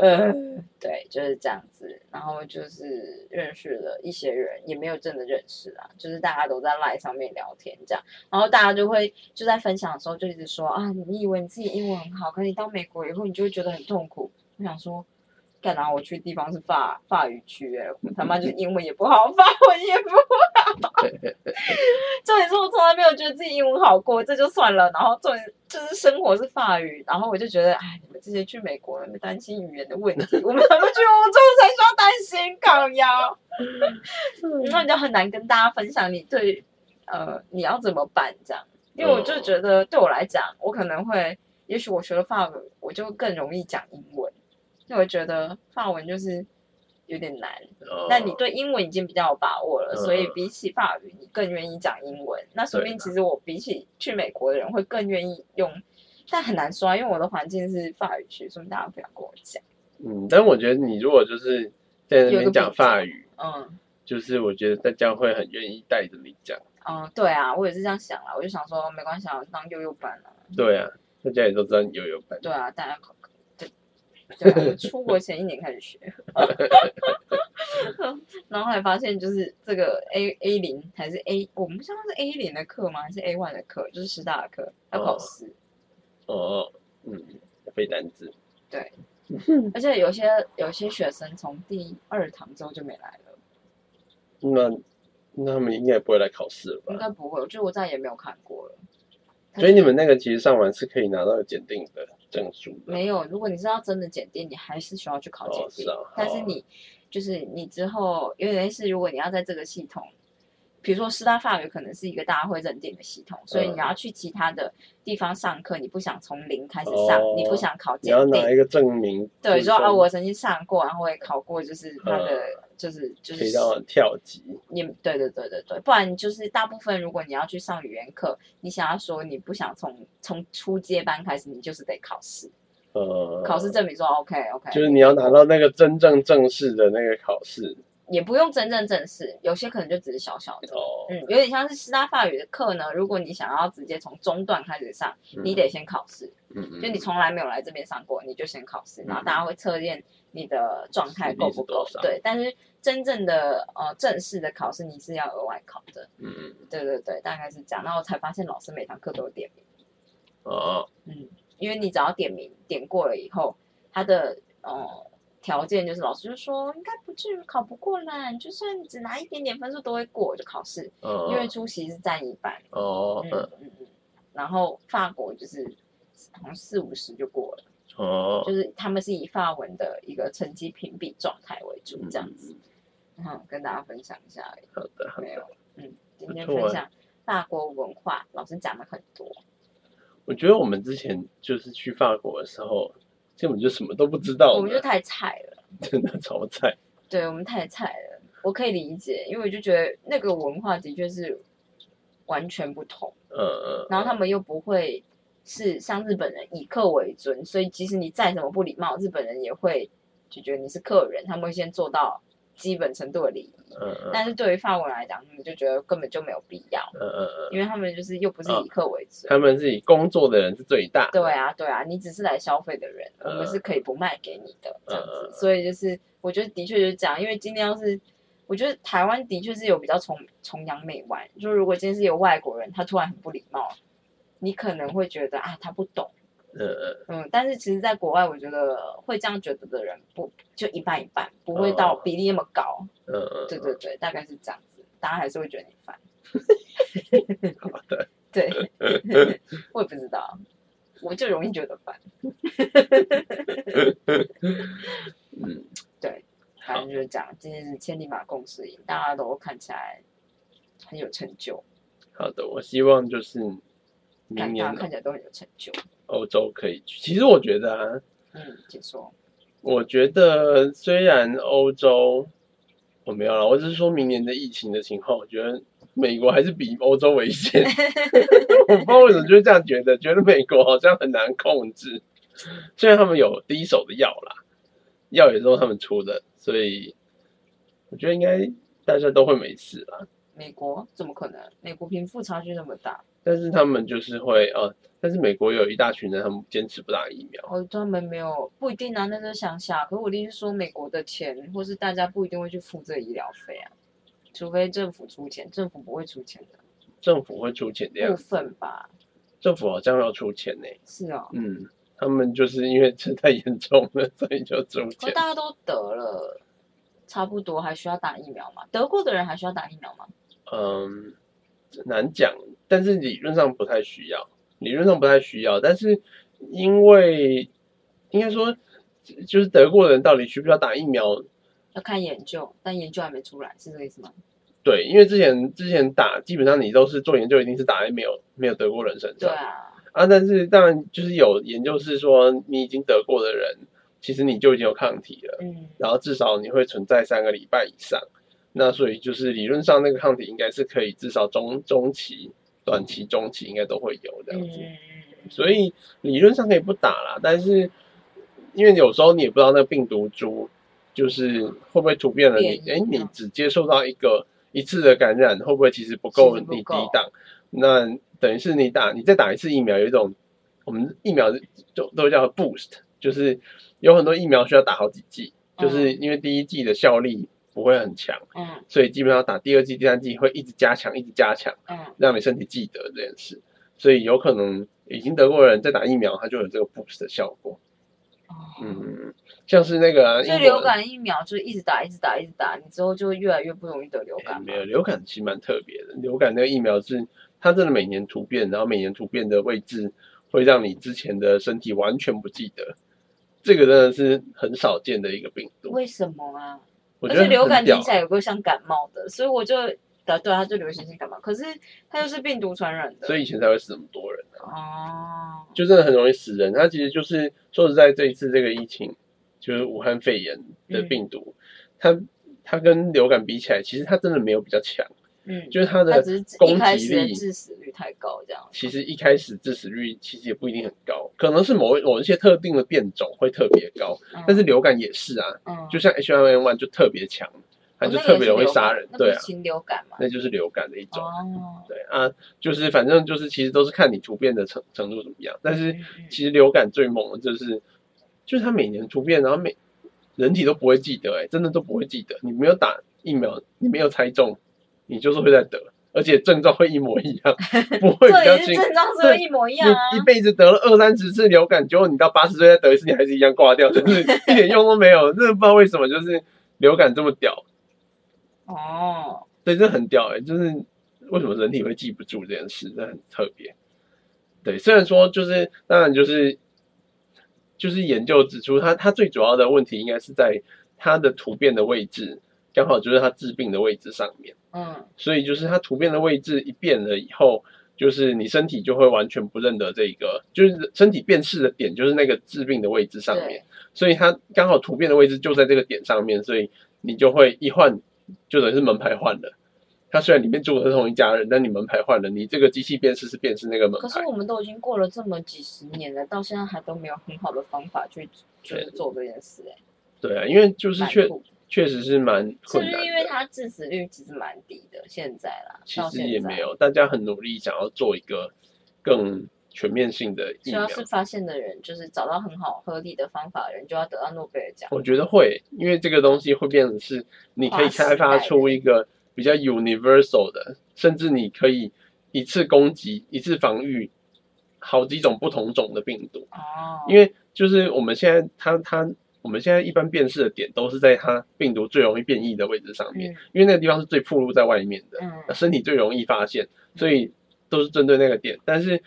Speaker 1: 呃，对，就是这样子。然后就是认识了一些人，也没有真的认识啊，就是大家都在 LINE 上面聊天这样。然后大家就会就在分享的时候就一直说啊，你以为你自己英文很好，可是你到美国以后你就会觉得很痛苦。我想说。干嘛？我去的地方是法法语区、欸，我他妈就是英文也不好，法文也不重点是我从来没有觉得自己英文好过，这就算了。然后重点就是生活是法语，然后我就觉得，哎，你们这些去美国人担心语言的问题，我们他们去欧洲才需要担心搞腰。那你就很难跟大家分享你对呃你要怎么办这样，因为我就觉得对我来讲，我可能会，也许我学了法文，我就更容易讲英文，因为我觉得法文就是有点难。
Speaker 2: 哦
Speaker 1: 那你对英文已经比较有把握了，
Speaker 2: 嗯
Speaker 1: 所以比起法语，你更愿意讲英文。那说不定其实我比起去美国的人会更愿意用，但很难说啊，因为我的环境是法语区，所以大家不要跟我讲。
Speaker 2: 嗯，但我觉得你如果就是在那边讲法语，
Speaker 1: 嗯
Speaker 2: 就是我觉得大家会很愿意带着你讲。
Speaker 1: 嗯，对啊，我也是这样想啦，我就想说没关系啊，我当幼幼班啊。
Speaker 2: 对啊，大家也都知道你有有班。
Speaker 1: 对啊，大家可对对啊，我出国前一年开始学， 然后后来发现就是这个 A A 零还是 A，我们不知道是 A 零的课吗？还是 A one 的课？就是师大的课要考
Speaker 2: 哦
Speaker 1: 试，
Speaker 2: 哦，嗯，背单词。
Speaker 1: 对。而且有些有些学生从第二堂之后就没来了，
Speaker 2: 那那他们应该也不会来考试了
Speaker 1: 应
Speaker 2: 吧？
Speaker 1: 该不会，我觉得我再也没有看过了。
Speaker 2: 所以你们那个其实上完是可以拿到检定的证书的。
Speaker 1: 没有，如果你是要真的检定，你还是需要去考
Speaker 2: 哦
Speaker 1: 检定。
Speaker 2: 是啊
Speaker 1: 但是
Speaker 2: 哦
Speaker 1: 你就是你之后，有点类似，如果你要在这个系统，比如说师大法语可能是一个大家会认定的系统，所以你
Speaker 2: 嗯
Speaker 1: 要去其他的地方上课，你不想从零开始上，你不
Speaker 2: 哦
Speaker 1: 想考
Speaker 2: 你
Speaker 1: 检
Speaker 2: 要拿
Speaker 1: 定，
Speaker 2: 一个证明，
Speaker 1: 对，
Speaker 2: 就
Speaker 1: 说啊，我曾经上过，然后我也考过，就是它的、就是就
Speaker 2: 嗯可
Speaker 1: 是
Speaker 2: 以让我跳级。
Speaker 1: 也对对对对对，不然就是大部分，如果你要去上语言课，你想要说你不想从从初阶班开始，你就是得考试，
Speaker 2: 呃，
Speaker 1: 考试证明说 OK OK，
Speaker 2: 就是你要拿到那个真正正式的那个考试
Speaker 1: 也不用真正正式，有些可能就只是小小的。
Speaker 2: 哦。
Speaker 1: 嗯，有点像是师大法语的课呢。如果你想要直接从中段开始上，你得先考试。
Speaker 2: 嗯，嗯嗯
Speaker 1: 就你从来没有来这边上过，你就先考试，然后
Speaker 2: 嗯
Speaker 1: 大家会测验你的状态
Speaker 2: 实力
Speaker 1: 够
Speaker 2: 是
Speaker 1: 不
Speaker 2: 多
Speaker 1: 够
Speaker 2: 少。
Speaker 1: 对，但是真正的呃正式的考试你是要额外考的。
Speaker 2: 嗯嗯
Speaker 1: 对对对，大概是这样。然后我才发现老师每堂课都有点名，
Speaker 2: 哦，
Speaker 1: 嗯，因为你只要点名点过了以后，他的呃条件就是老师就说应该不至于考不过啦，你就算只拿一点点分数都会过，就考试，
Speaker 2: 哦
Speaker 1: 因为出席是占一半，
Speaker 2: 哦
Speaker 1: 嗯
Speaker 2: 嗯
Speaker 1: 嗯嗯，然后法国就是好像四五十就过了，
Speaker 2: 哦，
Speaker 1: 就是他们是以法文的一个成绩评比状态为主这样子，嗯，跟大家分享一下而已，
Speaker 2: 好的好
Speaker 1: 没
Speaker 2: 的。
Speaker 1: 有，嗯，今天
Speaker 2: 不错
Speaker 1: 分
Speaker 2: 欸
Speaker 1: 享法国文化，老师讲了很多。
Speaker 2: 我觉得我们之前就是去法国的时候，根本就什么都不知道呢，
Speaker 1: 我们就太菜了，
Speaker 2: 真的超菜。
Speaker 1: 对我们太菜了，我可以理解，因为我就觉得那个文化的确是完全不同，
Speaker 2: 嗯嗯，
Speaker 1: 然后他们又不会是像日本人以客为尊，所以即使你再怎么不礼貌，日本人也会就觉得你是客人，他们会先做到基本程度的礼仪。
Speaker 2: 嗯嗯
Speaker 1: 但是对于法国人来讲，他们就觉得根本就没有必要，
Speaker 2: 嗯嗯嗯，
Speaker 1: 因为他们就是又不是以客为尊。
Speaker 2: 他们是以工作的人是最大的。
Speaker 1: 对啊，对啊，你只是来消费的人，我们
Speaker 2: 嗯
Speaker 1: 是可以不卖给你的这样
Speaker 2: 嗯
Speaker 1: 子
Speaker 2: 嗯嗯。
Speaker 1: 所以就是，我觉得的确就是这样，因为今天要是，我觉得台湾的确是有比较崇崇洋媚外，就如果今天是有外国人，他突然很不礼貌，你可能会觉得啊，他不懂，
Speaker 2: 嗯嗯
Speaker 1: 嗯，但是其实在国外，我觉得会这样觉得的人不就一半一半，不会到
Speaker 2: 嗯
Speaker 1: 比例那么高。
Speaker 2: 嗯嗯，
Speaker 1: 对对对，大概是这样子，大家还是会觉得你 烦。
Speaker 2: 好的。
Speaker 1: 对， 我也不知道，我就容易觉得烦。
Speaker 2: 嗯，
Speaker 1: 反正就是讲这件事千里马共适应，大家都看起来很有成就，
Speaker 2: 好的。我希望就是
Speaker 1: 看
Speaker 2: 明
Speaker 1: 大家
Speaker 2: 年
Speaker 1: 看起来都很有成就。
Speaker 2: 欧洲可以去。其实我觉得啊，
Speaker 1: 嗯，解说，
Speaker 2: 我觉得虽然欧洲我没有了，我只是说明年的疫情的情况，我觉得美国还是比欧洲危险。我不知道为什么就是这样觉得，觉得美国好像很难控制。虽然他们有第一手的药啦，药也是都他们出的，所以我觉得应该大家都会没事啦。
Speaker 1: 美国怎么可能？美国贫富差距那么大，
Speaker 2: 但是他们就是会呃，但是美国有一大群人他们坚持不打疫苗，
Speaker 1: 哦，他们没有不一定啊，那是乡下。可我的意思是说，美国的钱或是大家不一定会去付这医疗费啊，除非政府出钱，政府不会出钱的
Speaker 2: 政府会出钱的样
Speaker 1: 部
Speaker 2: 子，
Speaker 1: 分吧？
Speaker 2: 政府好像要出钱呢、
Speaker 1: 是哦，
Speaker 2: 嗯，他们就是因为这太严重了， 所以就出
Speaker 1: 可
Speaker 2: 钱。
Speaker 1: 大家都得了，差不多还需要打疫苗吗？德国的人还需要打疫苗吗？
Speaker 2: 嗯，难讲，但是理论上不太需要，理论上不太需要，但是因为应该说，就是德国人到底需不需要打疫苗？
Speaker 1: 要看研究，但研究还没出来，是这个意思吗？
Speaker 2: 对，因为之前之前打，基本上你都是做研究，一定是打在没有没有德国人身
Speaker 1: 对
Speaker 2: 上
Speaker 1: 啊，
Speaker 2: 啊。但是当然就是有研究是说，你已经得过的人，其实你就已经有抗体了，
Speaker 1: 嗯，
Speaker 2: 然后至少你会存在三个礼拜以上。那所以就是理论上那个抗体应该是可以至少中中期、短期、中期应该都会有这样子。
Speaker 1: 嗯，
Speaker 2: 所以理论上可以不打啦，但是因为有时候你也不知道那个病毒株就是会不会突变了你，哎、
Speaker 1: 变异
Speaker 2: 你
Speaker 1: 嗯
Speaker 2: 只接受到一个一次的感染，会不会其实不够
Speaker 1: 其实不
Speaker 2: 你抵
Speaker 1: 够
Speaker 2: 挡？那等于是你打你再打一次疫苗，有一种我们疫苗就都叫 boost，就是有很多疫苗需要打好几剂，就是因为第一剂的效力不会很强，
Speaker 1: 嗯
Speaker 2: 所以基本上打第二剂、第三剂会一直加强，一直加强。
Speaker 1: 嗯
Speaker 2: 让你身体记得这件事，所以有可能已经得过的人在打疫苗，它就有这个 boost 的效果。
Speaker 1: 嗯，
Speaker 2: 嗯，像是那个、啊、
Speaker 1: 所以
Speaker 2: 英
Speaker 1: 流
Speaker 2: 国的、
Speaker 1: 感疫苗就是一直打，一直打，一直打，你之后就会越来越不容易得流
Speaker 2: 哎
Speaker 1: 感嘛
Speaker 2: 没。有流感其实蛮特别的，流感那个疫苗是它真的每年突变，然后每年突变的位置会让你之前的身体完全不记得，这个真的是很少见的一个病毒。
Speaker 1: 为什么啊？
Speaker 2: 我觉
Speaker 1: 而
Speaker 2: 得
Speaker 1: 且流感
Speaker 2: 很屌
Speaker 1: 听起来有个像感冒的，所以我就答对啊，它就流行性感冒，可是它又是病毒传染的。
Speaker 2: 所以以前才会死那么多人，
Speaker 1: 哦，
Speaker 2: 就真的很容易死人。它其实就是说实在，这一次这个疫情就是武汉肺炎的
Speaker 1: 嗯
Speaker 2: 病毒，它它跟流感比起来，其实它真的没有比较强，
Speaker 1: 嗯，
Speaker 2: 就是它
Speaker 1: 它
Speaker 2: 的
Speaker 1: 只是一
Speaker 2: 攻
Speaker 1: 开
Speaker 2: 击
Speaker 1: 始的
Speaker 2: 力
Speaker 1: 致死率太高，这样。
Speaker 2: 其实一开始致死率其实也不一定很高，可能是某某一些特定的变种会特别高，
Speaker 1: 嗯
Speaker 2: 但是流感也是啊，
Speaker 1: 嗯，
Speaker 2: 就像 H1N1 就特别强，它
Speaker 1: 哦
Speaker 2: 就
Speaker 1: 那个
Speaker 2: 特
Speaker 1: 也
Speaker 2: 别
Speaker 1: 是
Speaker 2: 容易
Speaker 1: 流
Speaker 2: 杀
Speaker 1: 感
Speaker 2: 人，
Speaker 1: 那不
Speaker 2: 对
Speaker 1: 是
Speaker 2: 啊，
Speaker 1: 禽流感嘛。
Speaker 2: 那就是流感的一种。
Speaker 1: 哦，
Speaker 2: 对啊，就是反正就是其实都是看你突变的程程度怎么样，但是
Speaker 1: 嗯嗯
Speaker 2: 其实流感最猛的就是，就是它每年突变，然后每人体都不会记得、欸，真的都不会记得。你没有打疫苗，你没有猜中，你就是会再得，而且症状会一模一 样，不会比较
Speaker 1: 这也是
Speaker 2: 轻。
Speaker 1: 症状是不是一模一样啊
Speaker 2: 你一？辈子得了二三十次流感，结果你到八十岁再得一次，你还是一样挂掉，就是一点用都没有。真的不知道为什么，就是流感这么屌，
Speaker 1: 哦，
Speaker 2: 对，这很屌哎、就是为什么人体会记不住这件事，这很特别。对，虽然说就是当然就是就是研究指出它，它最主要的问题应该是在它的突变的位置，刚好就是它治病的位置上面。
Speaker 1: 嗯
Speaker 2: 所以就是它突变的位置一变了以后，就是你身体就会完全不认得这一个，就是身体辨识的点就是那个治病的位置上面
Speaker 1: 对，
Speaker 2: 所以它刚好突变的位置就在这个点上面，所以你就会一换就等于是门牌换了。它虽然里面住的是同一家人，但你门牌换了，你这个机器辨识是辨识那个门
Speaker 1: 可是
Speaker 2: 牌。
Speaker 1: 我们都已经过了这么几十年了，到现在还都没有很好的方法去就是做这件事，哎，
Speaker 2: 对啊，因为就是
Speaker 1: 蛮
Speaker 2: 确
Speaker 1: 酷
Speaker 2: 确实是蛮
Speaker 1: 是
Speaker 2: 困
Speaker 1: 不
Speaker 2: 难的。
Speaker 1: 是因为它致死率其实蛮低的？现在啦，
Speaker 2: 其
Speaker 1: 到
Speaker 2: 实也
Speaker 1: 现在
Speaker 2: 没，有，大家很努力想要做一个更全面性的
Speaker 1: 只
Speaker 2: 疫苗
Speaker 1: 要。是发现的人，就是找到很好合理的方法的人，就要得到诺贝尔奖。
Speaker 2: 我觉得会，因为这个东西会变成是你可以开发出一个比较 universal 的，甚至你可以一次攻击、一次防御好几种不同种的病毒。
Speaker 1: 哦，
Speaker 2: 因为就是我们现在它它我们现在一般辨识的点都是在它病毒最容易变异的位置上面，
Speaker 1: 嗯
Speaker 2: 因为那个地方是最暴露在外面的。
Speaker 1: 嗯
Speaker 2: 呃身体最容易发现，所以都是针对那个点。但是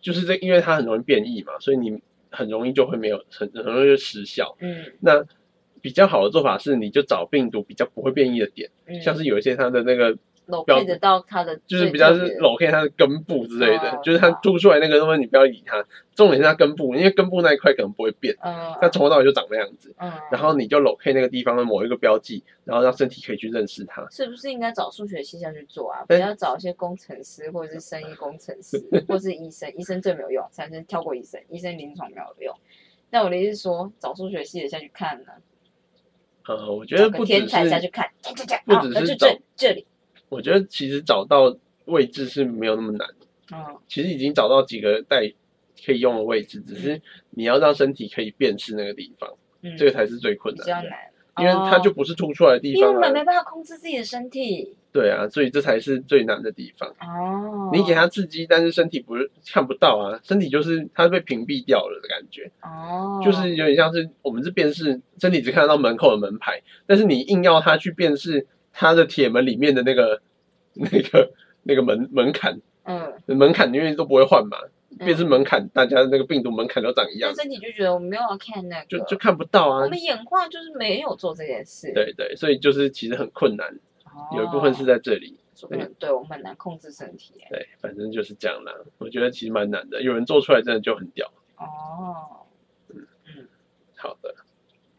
Speaker 2: 就是这，因为它很容易变异嘛，所以你很容易就会没有很很容易就失效。
Speaker 1: 嗯
Speaker 2: 那比较好的做法是，你就找病毒比较不会变异的点，
Speaker 1: 嗯，
Speaker 2: 像是有一些它的那个
Speaker 1: 搂
Speaker 2: 标
Speaker 1: 配得到它的
Speaker 2: 就
Speaker 1: 最特别的，
Speaker 2: 是比较是搂开它的根部之类的
Speaker 1: 哦，
Speaker 2: 就是它凸出来那个东西，你不要理它。重点是它根部，因为根部那一块可能不会变，
Speaker 1: 嗯，
Speaker 2: 它从头到尾就长那样子。
Speaker 1: 嗯，
Speaker 2: 然后你就搂开那个地方的某一个标记，然后让身体可以去认识它。
Speaker 1: 是不是应该找数学系下去做啊？不
Speaker 2: 但
Speaker 1: 要找一些工程师或者是生意工程师，或是医生。医生最没有用，才是跳过医生。医生临床没有用，但我的意思是说，找数学系的下去看呢，
Speaker 2: 呃，我觉
Speaker 1: 找
Speaker 2: 得
Speaker 1: 个
Speaker 2: 不
Speaker 1: 天
Speaker 2: 只
Speaker 1: 才下
Speaker 2: 是
Speaker 1: 去看，这这这，
Speaker 2: 不
Speaker 1: 啊
Speaker 2: 只，
Speaker 1: 那
Speaker 2: 是
Speaker 1: 就
Speaker 2: 找
Speaker 1: 这这里，
Speaker 2: 我觉得其实找到位置是没有那么难，
Speaker 1: 嗯，
Speaker 2: 其实已经找到几个带可以用的位置，只是你要让身体可以辨识那个地方，
Speaker 1: 嗯
Speaker 2: 这个才是最困
Speaker 1: 比较
Speaker 2: 难的，
Speaker 1: 难，
Speaker 2: 因为它就
Speaker 1: 哦
Speaker 2: 不是凸出来的地
Speaker 1: 因为
Speaker 2: 方
Speaker 1: 我们
Speaker 2: 啊，
Speaker 1: 没办法控制自己的身体
Speaker 2: 对啊，所以这才是最难的地方。
Speaker 1: 哦。
Speaker 2: 你给他刺激，但是身体不是看不到啊，身体就是它被屏蔽掉了的感觉，
Speaker 1: 哦，
Speaker 2: 就是有点像是我们是辨识身体只看得到门口的门牌，但是你硬要他去辨识他的铁门里面的那个那个那个门门槛，
Speaker 1: 嗯，
Speaker 2: 门槛因为都不会换嘛，
Speaker 1: 嗯
Speaker 2: 辨识门槛，大家那个病毒门槛都长一样
Speaker 1: 但，身体就觉得我没有要看那个，
Speaker 2: 就就看不到啊
Speaker 1: 我。们演化就是没有做这件事，，
Speaker 2: 对对，所以就是其实很困难，有一部分是，在这里。
Speaker 1: 说不定哦对我们很难控制身体，哎
Speaker 2: 对，反正就是这样啦。我觉得其实蛮难的，有人做出来真的就很屌。
Speaker 1: 哦。
Speaker 2: 好的，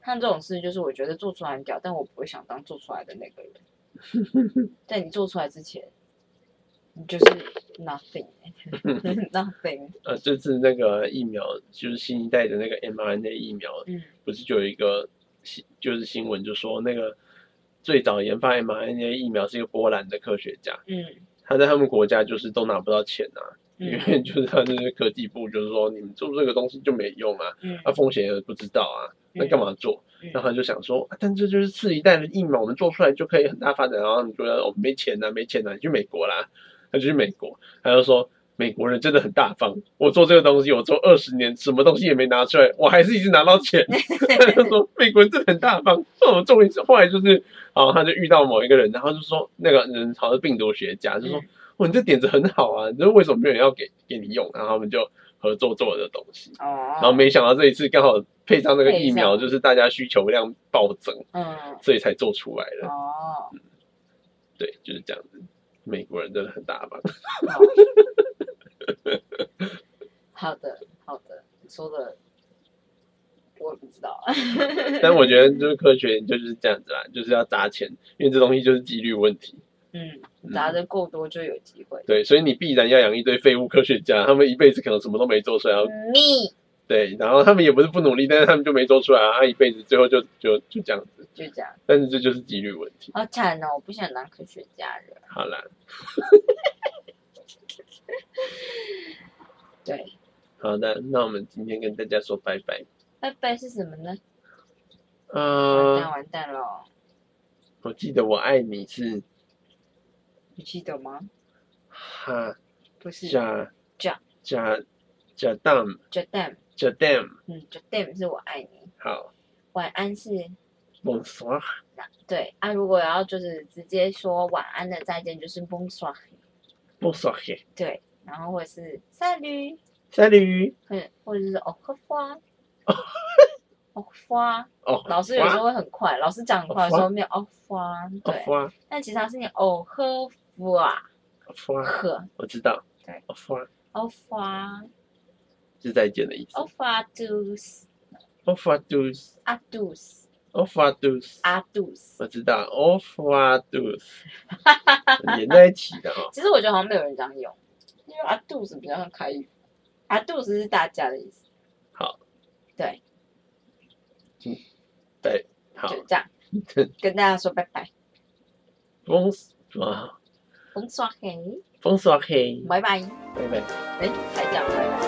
Speaker 1: 看这种事，就是我觉得做出来很屌，但我不会想当做出来的那个人。 在你做出来之前，你就是 nothing nothing。
Speaker 2: 呃，这次那个疫苗就是新一代的那个 mRNA 疫苗，
Speaker 1: 嗯
Speaker 2: 不是就有一个新就是新闻就说那个最早研发 mRNA 疫苗是一个波兰的科学家，
Speaker 1: 嗯
Speaker 2: 他在他们国家就是都拿不到钱啊，因
Speaker 1: 嗯
Speaker 2: 为就是他就是科技部就是说你们做这个东西就没用啊，
Speaker 1: 嗯
Speaker 2: 那、风险也不知道啊，那干嘛做？
Speaker 1: 嗯
Speaker 2: 然后他就想说，啊但这就是次一代的疫苗，我们做出来就可以很大发展。然后你觉得我们没钱呐、没钱呐、你去美国啦，他就去美国，他就说美国人真的很大方，我做这个东西，我做二十年，什么东西也没拿出来，我还是一直拿到钱。他就说美国人真的很大方。那我们终于是后来就是，啊，他就遇到某一个人，然后就说那个人好像是病毒学家，就说
Speaker 1: 嗯，
Speaker 2: 哦，你这点子很好啊，你这为什么没有人要给给你用？然后他们就合作做的东西。
Speaker 1: 哦，然
Speaker 2: 然后没想到这一次刚好配上那个疫苗，
Speaker 1: 配上
Speaker 2: 就是大家需求量暴增，
Speaker 1: 嗯
Speaker 2: 所以才做出来的。
Speaker 1: 哦，
Speaker 2: 对，就是这样子。美国人真的很大 方，
Speaker 1: 好好的好的，你说的我也不知道，
Speaker 2: 但我觉得就是科学研究就是这样子啦，就是要砸钱，因为这东西就是几率问题。
Speaker 1: 嗯，砸的够多就有机会。
Speaker 2: 对，所以你必然要养一堆废物科学家，他们一辈子可能什么都没做出来，然后
Speaker 1: 你
Speaker 2: 对，然后他们也不是不努力，但是他们就没做出来啊，他一辈子最后就就就这样子。
Speaker 1: 就这样，
Speaker 2: 但是这就是几率问题。
Speaker 1: 好惨哦！我不想当科学家了。
Speaker 2: 好啦，
Speaker 1: 对，
Speaker 2: 好的，那我们今天跟大家说拜拜。
Speaker 1: 拜拜是什么呢？完蛋
Speaker 2: 呃，
Speaker 1: 完蛋了，
Speaker 2: 我记得我爱你是
Speaker 1: 你记得吗？
Speaker 2: 哈。
Speaker 1: 不是
Speaker 2: 假
Speaker 1: 假
Speaker 2: 假假 dam
Speaker 1: Jadam，
Speaker 2: 假 dam
Speaker 1: 嗯，Jadam 是我爱你，
Speaker 2: 好
Speaker 1: 晚安是
Speaker 2: ，bonsoir
Speaker 1: 对啊。如果要就是直接说晚安的再见，就是 Bonsoir，
Speaker 2: bonsoir
Speaker 1: 对，然后或者是 Salut，
Speaker 2: salut
Speaker 1: 或者或者是哦 Au revoir。au revoir，
Speaker 2: 哦，
Speaker 1: 老师有时候会很快，老师讲很快的时候念 au revoir，
Speaker 2: 哦
Speaker 1: 对，
Speaker 2: 花哦
Speaker 1: 但其实他是哦念 au revoir，
Speaker 2: 花，
Speaker 1: 呵
Speaker 2: 我知道，哦
Speaker 1: 对，
Speaker 2: 花
Speaker 1: ，au revoir，au
Speaker 2: 是再见的意思哦
Speaker 1: revoir tous
Speaker 2: ，au revoir tous
Speaker 1: à tous
Speaker 2: au revoir tous
Speaker 1: à tous。
Speaker 2: 我知道，au 哦 revoir tous 连在一起的哦，
Speaker 1: 其实我觉得好像没有人这样用，因为阿杜斯比较像开语，阿杜斯是大家的意思，
Speaker 2: 好，
Speaker 1: 对，
Speaker 2: 对，好
Speaker 1: 就这样 跟大家说拜拜，
Speaker 2: ，bons 啊
Speaker 1: 红刷黑，
Speaker 2: bonsoir
Speaker 1: 拜拜，
Speaker 2: 拜拜。
Speaker 1: 哎，还讲拜拜。